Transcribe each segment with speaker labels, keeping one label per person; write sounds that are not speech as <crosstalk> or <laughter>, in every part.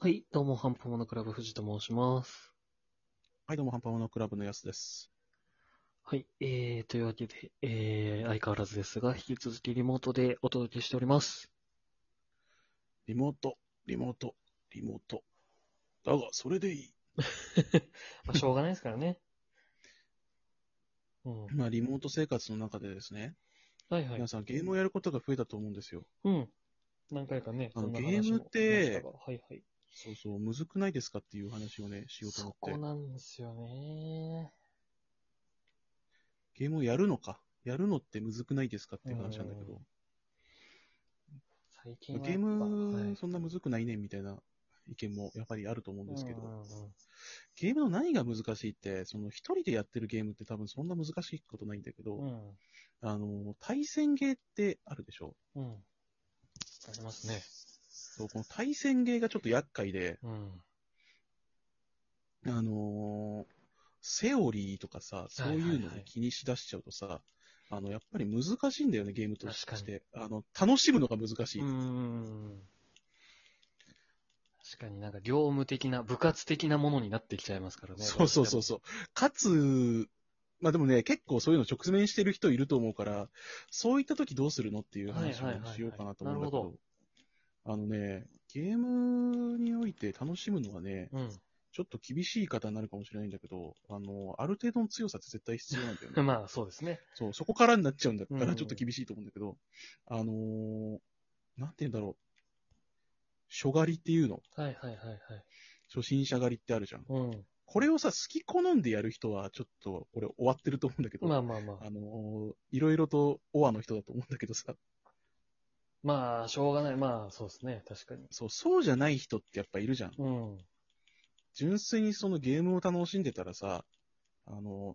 Speaker 1: はい、どうも、ハンポモノクラブ藤と申します。
Speaker 2: はい、どうも、ハンパモノクラブのやすです。
Speaker 1: はい、えー、というわけで、えー、相変わらずですが、引き続きリモートでお届けしており
Speaker 2: <laughs>
Speaker 1: ます。
Speaker 2: リモート、リモート、リモート。だが、それでいい。
Speaker 1: まあ、しょうがないですからね。うん。
Speaker 2: まあ、リモート生活の中でですね、
Speaker 1: はいはい
Speaker 2: 皆。さんゲームをやることが増えたと思うんですよ。
Speaker 1: うん。何回かね、
Speaker 2: あの
Speaker 1: そんな話も
Speaker 2: ゲームって
Speaker 1: しましたがはいはい。
Speaker 2: そうそう、むずくないですかっていう話をね、しようと
Speaker 1: そ
Speaker 2: 思
Speaker 1: こ
Speaker 2: って。
Speaker 1: なんですよね。
Speaker 2: ゲームをやるのか。やるのってむずくないですかっていう話なんだけど。
Speaker 1: 最近は
Speaker 2: ゲ
Speaker 1: や
Speaker 2: ー
Speaker 1: っぱ。
Speaker 2: ム、そんなむ
Speaker 1: 難し
Speaker 2: ずくないねみたいな意見もやっぱりあると思うんですけ
Speaker 1: う。
Speaker 2: ど
Speaker 1: んうんうん
Speaker 2: ゲームの何が難しいって、その一人でやってるゲームって多分そんな難しいことないんだけど、
Speaker 1: うん。
Speaker 2: あの、対戦ゲーってあるでしょ
Speaker 1: うん。ありますね。
Speaker 2: そう、この対戦ゲーがちょっと厄介で、
Speaker 1: うん。
Speaker 2: あのーセオリーとかさ、そういうの
Speaker 1: はいはい
Speaker 2: を気にしだしちゃうとさ、あの、やっぱり難しいんだよね、ゲームとし
Speaker 1: 確か
Speaker 2: て。あの、楽しむのが難しい。
Speaker 1: うーん。確かになんか業務的な、部活的なものになってきちゃいますからね。
Speaker 2: そうそうそうそう。かつ、まあでもね、結構そういうの直面してる人いると思うから、そういった時どうするのっていう話
Speaker 1: はいはいはいは
Speaker 2: を
Speaker 1: い
Speaker 2: しようかなと思うんだけ
Speaker 1: なる
Speaker 2: ど。あのね、ゲームにおいて楽しむのはね、
Speaker 1: う。
Speaker 2: ちょっと厳しい言い方になるかもしれないんだけど、あの、ある程度の強さって絶対必要なんだよね。
Speaker 1: うん。まあそうですね。
Speaker 2: そう、そこからになっちゃうんだか
Speaker 1: うんう
Speaker 2: ら、
Speaker 1: ん
Speaker 2: ちょっと厳しいと思うんだけど、あのーなんて言うんだろう。初狩りっていうの。
Speaker 1: はいはいはいはい。
Speaker 2: 初心者狩りってあるじゃん。
Speaker 1: うん。
Speaker 2: これをさ、好き好んでやる人は、ちょっと、これ終わってると思うんだけど、
Speaker 1: まあまあまあ。
Speaker 2: あのーいろいろと、オアの人だと思うんだけどさ、
Speaker 1: まあ、しょうがない。まあそうですね。確かに。
Speaker 2: そう、そうじゃない人ってやっぱいるじゃん。
Speaker 1: うん。
Speaker 2: 純粋にそのゲームを楽しんでたらさ、あの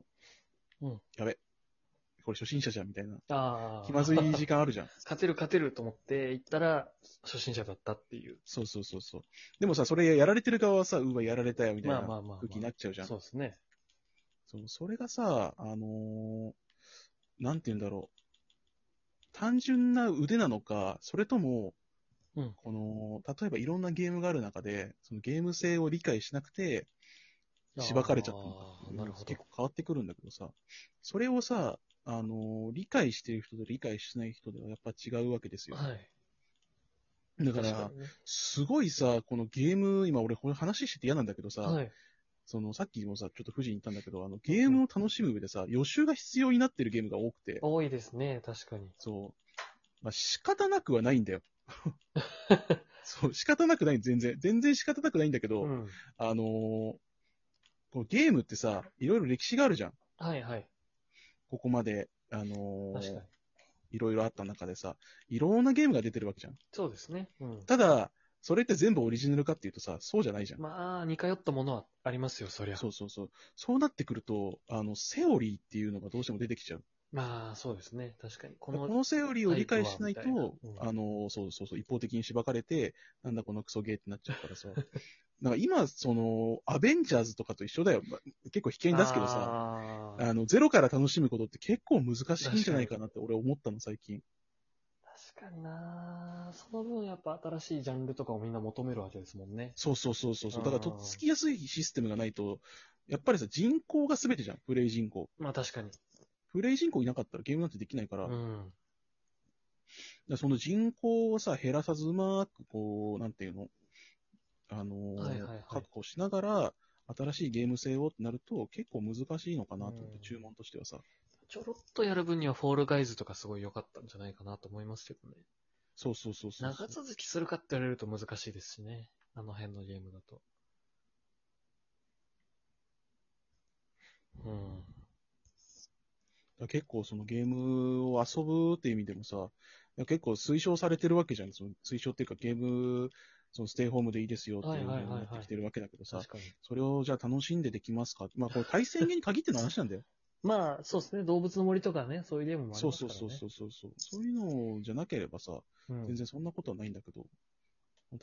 Speaker 2: ー
Speaker 1: うん
Speaker 2: やべ、これ初心者じゃん、みたいな。
Speaker 1: ああ。
Speaker 2: 気まずい時間あるじゃん。
Speaker 1: <laughs> 勝てる勝てると思って行ったら、初心者だったっていう。
Speaker 2: そうそうそうそう。でもさ、それやられてる側はさ、うわ、やられたよ、みたい
Speaker 1: まあ
Speaker 2: な。
Speaker 1: まあまあまあ。
Speaker 2: 空気になっちゃうじゃん。
Speaker 1: そうですね。
Speaker 2: そうそれがさ、あのーなんて言うんだろう。単純な腕なのか、それとも、
Speaker 1: うん
Speaker 2: この、例えばいろんなゲームがある中で、そのゲーム性を理解しなくて、しばかれちゃったのか
Speaker 1: あ
Speaker 2: ってい
Speaker 1: ー
Speaker 2: う
Speaker 1: なるほど
Speaker 2: 結。構変わってくるんだけどさ、それをさ、あのー理解してる人と理解しない人ではやっぱ違うわけですよ。
Speaker 1: はい。
Speaker 2: だか
Speaker 1: 確
Speaker 2: ら
Speaker 1: に、ね
Speaker 2: すごいさ、このゲーム、今俺これ話してて嫌なんだけどさ、
Speaker 1: はい。
Speaker 2: そのさっきもさ、ちょっと富士に言ったんだけど、あの、ゲームを楽しむ上でさ、予習が必要になってるゲームが多くて、
Speaker 1: 多いですね。確かに。
Speaker 2: そう。まあ、仕方なくはないん
Speaker 1: <laughs>
Speaker 2: だよ。そう、仕方なくない、全然。全然仕方なくないんだけど、
Speaker 1: うん。
Speaker 2: あのーこうゲームってさ、いろいろ歴史があるじゃん。
Speaker 1: はいはい。
Speaker 2: ここまで、あのー
Speaker 1: 確かに。
Speaker 2: いろいろあった中でさ、いろんなゲームが出てるわけじゃん。
Speaker 1: そうですね。うん。
Speaker 2: ただ、それって全部オリジナルかっていうとさ、そうじゃないじゃん。
Speaker 1: まあ、似通ったものはありますよ、そりゃ。
Speaker 2: そうそうそう。そうなってくると、あの、セオリーっていうのがどうしても出てきちゃう。
Speaker 1: まあ、そうですね。確かに。こ
Speaker 2: この
Speaker 1: の、
Speaker 2: セオリーを理解しないと、
Speaker 1: タイプはみたいな
Speaker 2: あの、そうそうそう、一方的にしばかれて、なんだこのクソゲーってなっちゃうからさ。なんか今、その、アベンジャーズとかと一緒だよ。ま結構危険出すけどさ、
Speaker 1: あー
Speaker 2: あの、ゼロから楽しむことって結構難しいんじゃないかなって俺思ったの、最近。
Speaker 1: 確かになその分、やっぱ新しいジャンルとかをみんな求めるわけですもんね。
Speaker 2: そうそうそうそうそう。
Speaker 1: あー
Speaker 2: だから、とっつきやすいシステムがないと、やっぱりさ、人口が全てじゃん、プレイ人口。
Speaker 1: まあ、確かに。
Speaker 2: プレイ人口いなかったらゲームなんてできないから、
Speaker 1: う
Speaker 2: だか
Speaker 1: ん。
Speaker 2: らその人口をさ、減らさずうまく、こう、なんていうの、あのー
Speaker 1: はいはいはい
Speaker 2: 確保しながら、新しいゲーム性をってなると、結構難しいのかなと思っ
Speaker 1: うん
Speaker 2: て、注文としてはさ。
Speaker 1: ちょろっとやる分には、フォールガイズとかすごい良かったんじゃないかなと思いますけどね。
Speaker 2: そうそうそうそう
Speaker 1: 長続きするかって言われると難しいですしね。あの辺のゲームだと。うん。
Speaker 2: だから結構そのゲームを遊ぶって意味でもさ、いや結構推奨されてるわけじゃん。その推奨っていうかゲーム、そのステイホームでいいですよっていう
Speaker 1: はい
Speaker 2: 風
Speaker 1: はい
Speaker 2: に
Speaker 1: はいは
Speaker 2: ないってきてるわけだけどさ、
Speaker 1: 確かに。
Speaker 2: それをじゃあ楽しんでできますかまあこれ対戦ゲーに限っての話なんだよ。
Speaker 1: まあ、そうですね。動物の森とかね、そういうゲームもあり
Speaker 2: そう
Speaker 1: ますか
Speaker 2: そう
Speaker 1: らね。
Speaker 2: そうそうそうそう。そういうのじゃなければさ、
Speaker 1: うん
Speaker 2: 全然そんなことはないんだけど、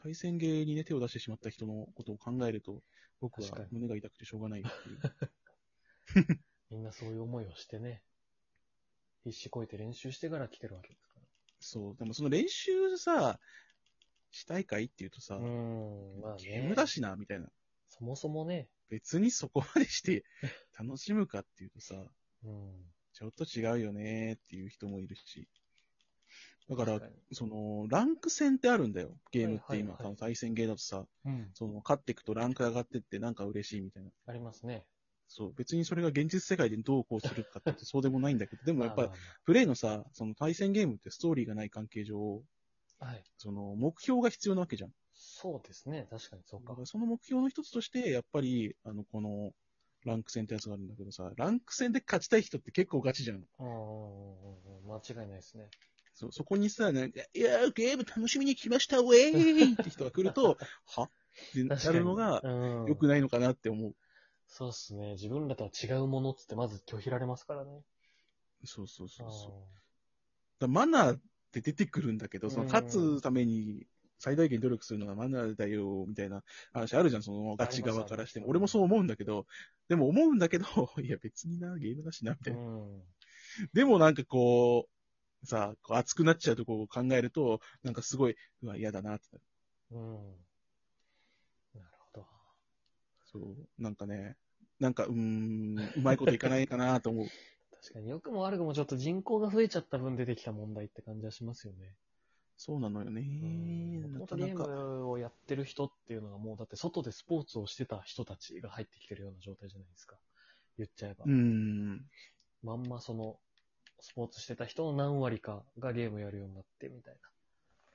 Speaker 2: 対戦ゲーにね、手を出してしまった人のことを考えると、僕は
Speaker 1: 確かに
Speaker 2: 胸が痛くてしょうがないっていう。 <laughs>
Speaker 1: みんなそういう思いをしてね、必死こいて練習してから来てるわけですから。
Speaker 2: そう、でもその練習さ、したいかいって言うとさ、
Speaker 1: うん、まあね。
Speaker 2: ゲームだしな、みたいな。
Speaker 1: そもそもね。
Speaker 2: 別にそこまでして <laughs> 楽しむかっていうとさ、
Speaker 1: うん。
Speaker 2: ちょっと違うよねっていう人もいるし。だから
Speaker 1: 確、かに
Speaker 2: その、ランク戦ってあるんだよ。ゲームって
Speaker 1: はい
Speaker 2: 今、
Speaker 1: はいはい
Speaker 2: あの対戦ゲーだとさ、
Speaker 1: うん。
Speaker 2: その、勝っていくとランク上がってってなんか嬉しいみたいな。
Speaker 1: ありますね。
Speaker 2: そう、別にそれが現実世界でどうこうするかっ
Speaker 1: <laughs>
Speaker 2: て言うとそうでもないんだけど、でもやっぱり
Speaker 1: まあ、
Speaker 2: プレイのさ、その対戦ゲームってストーリーがない関係上、
Speaker 1: まあまあはい。
Speaker 2: その、目標が必要なわけじゃん。
Speaker 1: そうですね。確かにそう
Speaker 2: だ
Speaker 1: か
Speaker 2: か。らその目標の一つとして、やっぱり、あの、この、ランク戦ってやつがあるんだけどさ、ランク戦で勝ちたい人って結構ガチじゃん。
Speaker 1: うんうんうんうん。間違いないですね。
Speaker 2: そうそこにさ、なんかいやー、ゲーム楽しみに来ました、ウェーイって人が来ると、はってな
Speaker 1: 確かに
Speaker 2: るのが、
Speaker 1: うん
Speaker 2: 良くないのかなって思う。
Speaker 1: そうっすね。自分らとは違うものっつってまず拒否られますからね。
Speaker 2: そうそうそうそう。
Speaker 1: うん
Speaker 2: だマナーって出てくるんだけど、その
Speaker 1: うん
Speaker 2: 勝つために最大限努力するのがマナーだよ、みたいな話あるじゃん、そのガチ側からしても。
Speaker 1: ありますあります
Speaker 2: 俺もそう思うんだけど、でも思うんだけど、 <laughs> いや別にな、ゲームだしな、みたいな。
Speaker 1: うん。
Speaker 2: でもなんかこう、さ、こう熱くなっちゃうとこを考えると、なんかすごい、うわ、嫌だな、ってなる。
Speaker 1: うん。なるほど。
Speaker 2: そう、なんかね、なんか、うーん、うまいこといかないかな、と思う。 <laughs>
Speaker 1: 確かによくも悪くもちょっと人口が増えちゃった分出てきた問題って感じはしますよね。
Speaker 2: そうなのよね
Speaker 1: うん。
Speaker 2: な
Speaker 1: 元
Speaker 2: か
Speaker 1: 々
Speaker 2: な
Speaker 1: ゲー
Speaker 2: か。
Speaker 1: ムをやってる人っていうのがもうだって外でスポーツをしてた人たちが入ってきてるような状態じゃないですか。言っちゃえば。
Speaker 2: うん。
Speaker 1: まんまその、スポーツしてた人の何割かがゲームやるようになってみたいな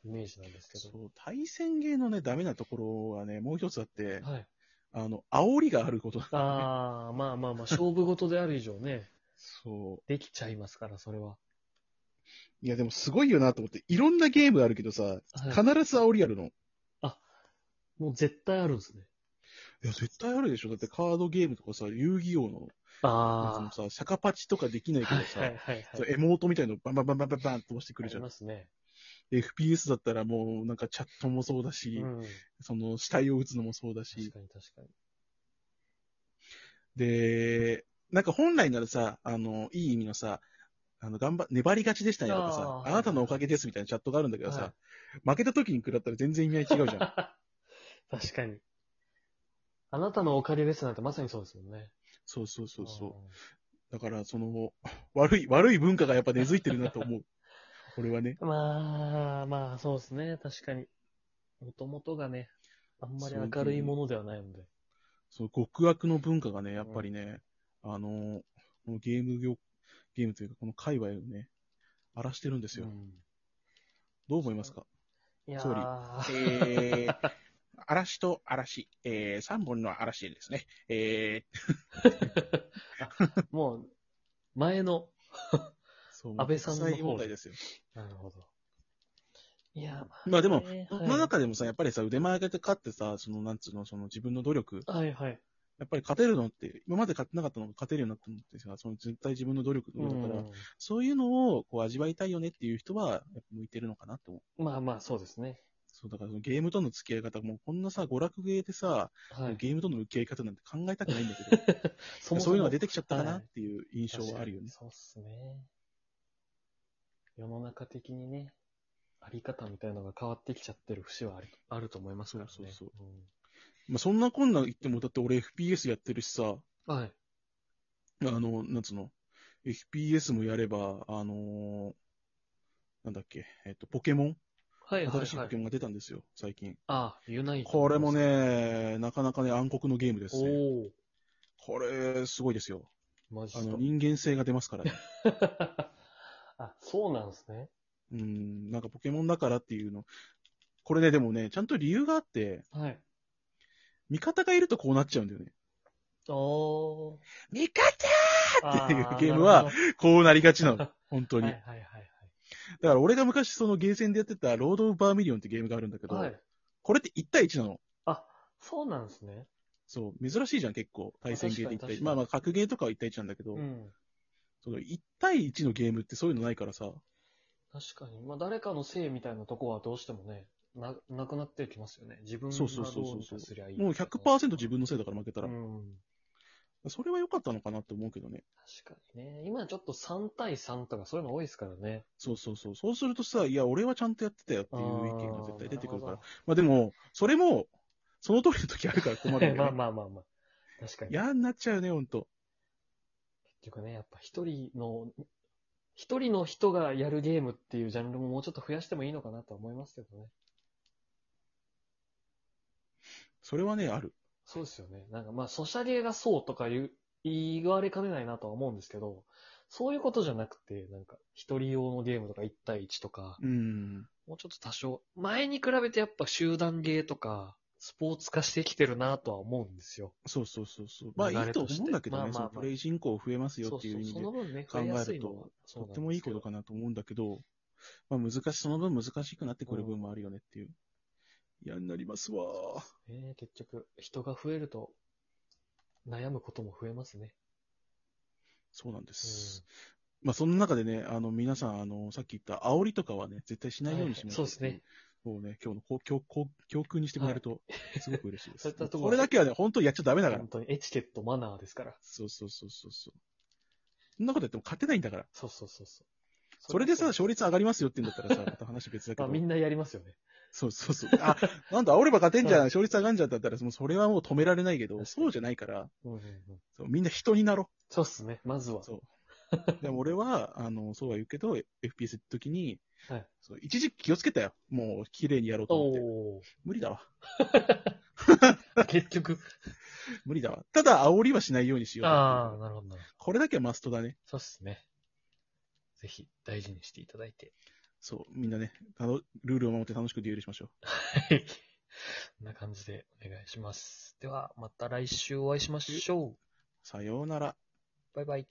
Speaker 1: イメージなんですけ
Speaker 2: そ
Speaker 1: ど。
Speaker 2: う、対戦ゲーのね、ダメなところはね、もう一つあって、
Speaker 1: はい。
Speaker 2: あの、煽りがあることだからね。
Speaker 1: ああ、まあまあまあ、勝負事である以上ね、
Speaker 2: そ
Speaker 1: できちゃいますから、それは。
Speaker 2: う。いや、でもすごいよなと思って、いろんなゲームあるけどさ、必ず煽りあるの。い
Speaker 1: もう絶対あるんですね。
Speaker 2: や、絶対あるでしょ。だってカードゲームとかさ、遊戯王の、
Speaker 1: あ
Speaker 2: のさ、シャカパチとかできないけ
Speaker 1: はい
Speaker 2: どさ、
Speaker 1: はいはい
Speaker 2: そう
Speaker 1: はい。
Speaker 2: エモートみたいのバンバンバンバンバンバン飛ばしてく
Speaker 1: あ
Speaker 2: るじ
Speaker 1: り
Speaker 2: ゃん。
Speaker 1: ますね。
Speaker 2: FPS だったらもうなんかチャットもそうだ
Speaker 1: う
Speaker 2: し、
Speaker 1: ん。
Speaker 2: その死体を撃つのもそうだ
Speaker 1: 確
Speaker 2: し、
Speaker 1: かに確かに。
Speaker 2: で、なんか本来ならさ、あの、いい意味のさ、あの、頑張、粘りがちでしたねとかさ、
Speaker 1: あー
Speaker 2: あなたのおかげですみたいなチャットがあるんだけどさ、
Speaker 1: は
Speaker 2: 負けた時に食らったら全然意味合い違うじゃん。
Speaker 1: <laughs> 確かに。あなたのおかげですなんてまさにそうですもんね。
Speaker 2: そうそうそうそう。だから、その、 <laughs> 悪い、悪い文化がやっぱ根付いてるなと思う。 <laughs> 俺はね。
Speaker 1: うん。まあ、まあ、そうですね。確かに。もともとがね、あんまり明るいものではないので。
Speaker 2: その極悪の文化がね、やっぱりね、あの、このゲーム業、ゲームというか、この界隈をね、荒らしてるんですよ。
Speaker 1: うん
Speaker 2: どう思いますか
Speaker 1: いや
Speaker 2: 総理
Speaker 1: ー
Speaker 2: えー、 <laughs> 嵐と嵐、えー、3本の嵐ですね。えー、
Speaker 1: <laughs> もう、前の。
Speaker 2: そう
Speaker 1: 安倍さんの方
Speaker 2: 国際問題ですよ。
Speaker 1: なるほど。いや、
Speaker 2: まあでも、
Speaker 1: ね
Speaker 2: そ
Speaker 1: はい
Speaker 2: の中でもさ、やっぱりさ、腕前が勝ってさ、その、なんつうの、その自分の努力、
Speaker 1: はいはい。
Speaker 2: やっぱり勝てるのって、今まで勝てなかったのが勝てるようになったのってさ、その絶対自分の努力の上だから、
Speaker 1: うん
Speaker 2: そういうのをこう味わいたいよねっていう人は、やっぱ向いてるのかなって思う。
Speaker 1: まあまあ、そうですね。
Speaker 2: そう、だからそのゲームとの付き合い方も、こんなさ、娯楽ゲーでさ、
Speaker 1: はい。
Speaker 2: ゲームとの向き合い方なんて考えたくないん
Speaker 1: <laughs>
Speaker 2: だけど、
Speaker 1: そも
Speaker 2: そういうのが出
Speaker 1: て
Speaker 2: てきちゃったかな
Speaker 1: はい
Speaker 2: っていう印象はあるよね。
Speaker 1: そうっすね。世の中的にね、あり方みたいのが変わってきちゃってる節はあるあると思いますからね。
Speaker 2: そうそう
Speaker 1: そ
Speaker 2: まあ、そんなこんなん言っても、だって俺 FPS やってるしさ、
Speaker 1: うん。はい。
Speaker 2: あの、なんつうの、FPS もやれば、あのーなんだっけ、えっと、ポケモン
Speaker 1: はいはい、
Speaker 2: 新しいポ
Speaker 1: は
Speaker 2: ケ
Speaker 1: い。
Speaker 2: モンが出たんですよ、最近。
Speaker 1: ああ、ユナイト。
Speaker 2: これも。ね、なかなかね、暗黒のゲームですね。
Speaker 1: おお。
Speaker 2: これ、すごいですよ。
Speaker 1: マジ
Speaker 2: あ
Speaker 1: っす
Speaker 2: の、人間性が出ます
Speaker 1: <laughs>
Speaker 2: からね。
Speaker 1: か。あ、そうなんですね。
Speaker 2: うん、なんかポケモンだからっていうの。これね、でもね、ちゃんと理由があって、
Speaker 1: はい。
Speaker 2: 味方がいるとこうなっちゃうんだよね。
Speaker 1: おー。
Speaker 2: 味方
Speaker 1: あ
Speaker 2: っていう
Speaker 1: ー
Speaker 2: ゲームは
Speaker 1: なる
Speaker 2: こうなりがちな
Speaker 1: ほ <laughs>
Speaker 2: の。
Speaker 1: ど
Speaker 2: 本当に。
Speaker 1: はい
Speaker 2: だ
Speaker 1: はいはい
Speaker 2: から俺が昔そのゲーセンでやってたロード・オブ・バーミリオンってゲームがあるんだけど、
Speaker 1: はい。はい。
Speaker 2: これって1対1なの。
Speaker 1: あ、そうなんですね。
Speaker 2: そう、珍しいじゃん、結構。対戦ゲーで1対
Speaker 1: 確かに確か
Speaker 2: 1。
Speaker 1: に
Speaker 2: まあまあ、格ゲーとかは1対1なんだけど、
Speaker 1: うん。
Speaker 2: その1対1のゲームってそういうのないからさ、
Speaker 1: 確かに。まあ、誰かのせいみたいなとこはどうしてもね、な、なくなってきますよね。自分が
Speaker 2: そ
Speaker 1: ど
Speaker 2: うそうそうそう
Speaker 1: うにかすりゃいい。
Speaker 2: もう100%自分のせいだから負けたら。
Speaker 1: うん。
Speaker 2: それは良かったのかなって思うけどね。
Speaker 1: 確かにね。今ちょっと3対3とかそういうの多いですからね。
Speaker 2: そうそうそう。そうするとさ、いや、俺はちゃんとやってたよっていう意見が絶対出てくるから。
Speaker 1: あー。
Speaker 2: まあでも、それも、その通りの時あるから困
Speaker 1: な
Speaker 2: る
Speaker 1: る
Speaker 2: よ
Speaker 1: ほど
Speaker 2: ね。
Speaker 1: <laughs> まあまあまあまあ。確かに。
Speaker 2: 嫌になっちゃうね、ほんと。
Speaker 1: 結局ね、やっぱ一人の、一人の人がやるゲームっていうジャンルももうちょっと増やしてもいいのかなとは思いますけどね。
Speaker 2: それはね、ある。
Speaker 1: そうですよね。なんかまあ、ソシャゲがそうとか言う言われかねないなとは思うんですけど、そういうことじゃなくて、なんか、一人用のゲームとか1対1とか、
Speaker 2: うん。
Speaker 1: もうちょっと多少、前に比べてやっぱ集団ゲーとか、スポーツ化してきてるなとは思うんですよ。
Speaker 2: そうそうそうそう。まあ
Speaker 1: 流
Speaker 2: いい
Speaker 1: れ
Speaker 2: と
Speaker 1: と
Speaker 2: 思
Speaker 1: して
Speaker 2: うんだけどね、
Speaker 1: まあまあまあ
Speaker 2: そのプレイ人口増えますよ
Speaker 1: そう
Speaker 2: って
Speaker 1: そう、
Speaker 2: いう意味
Speaker 1: そ
Speaker 2: で
Speaker 1: の、分ね、
Speaker 2: 考
Speaker 1: 増えや
Speaker 2: え
Speaker 1: す
Speaker 2: る
Speaker 1: いのは
Speaker 2: と、
Speaker 1: そ
Speaker 2: と
Speaker 1: う
Speaker 2: っ
Speaker 1: なん
Speaker 2: てもいい
Speaker 1: です
Speaker 2: こ
Speaker 1: けど
Speaker 2: とかなと思うんだけど、まあ難し、その分難しくなってくる分もあるよねっていう。嫌になりますわ。
Speaker 1: ねえ結局、人が増えると、悩むことも増えますね。
Speaker 2: そうなんで
Speaker 1: うん
Speaker 2: す。まあその中でね、あの皆さん、あの、さっき言った煽りとかはね、絶対しないようにしましょ
Speaker 1: はいはいそうですね。
Speaker 2: もうね、今日のこう教教教訓にしてもらえると、すごく嬉しいで
Speaker 1: <laughs> そ
Speaker 2: す。
Speaker 1: ういったところ
Speaker 2: これだけはね、本当にやっちゃダメだから
Speaker 1: 本。当にエチケット、マナーですから。
Speaker 2: そうそうそうそうそう。そんなことやっても勝てないんだから。
Speaker 1: そうそうそうそう。
Speaker 2: それでさ、
Speaker 1: はそう
Speaker 2: 勝率上がりますよって言うんだ
Speaker 1: <laughs>
Speaker 2: ったらさ、また話別だけ
Speaker 1: ま
Speaker 2: ど。
Speaker 1: あみんなやりますよね。
Speaker 2: そうそうそう。あ、なんだ、煽れば勝てんじゃん、
Speaker 1: うん
Speaker 2: 勝率上がんじゃんだったら、もうそれはもう止められないけど、
Speaker 1: 確かに
Speaker 2: そうじゃないから、
Speaker 1: うんうんうん。
Speaker 2: そうみんな人になろ
Speaker 1: そうっすね、まずは
Speaker 2: う。。そう。でも俺は、あの、そうは言うけど、FPS の時に、
Speaker 1: はい
Speaker 2: そう一時期気をつけたよ。もう、綺麗にやろうと思って。
Speaker 1: お
Speaker 2: 無理だわ。
Speaker 1: ー。結局。
Speaker 2: 無理だわ。ただ、煽りはしないようにしようと思
Speaker 1: <laughs>
Speaker 2: っ
Speaker 1: ああ、なるほどなるほど。
Speaker 2: てる。これだけはマストだね。
Speaker 1: そうっすね。ぜひ、大事にしていただいて。 <laughs>
Speaker 2: そう、みんなね、あのルールを守って楽しくデュエルしましょう。
Speaker 1: はい。こんな感じでお願いします。では、また来週お会いしましょう。
Speaker 2: さようなら。
Speaker 1: バイバイ。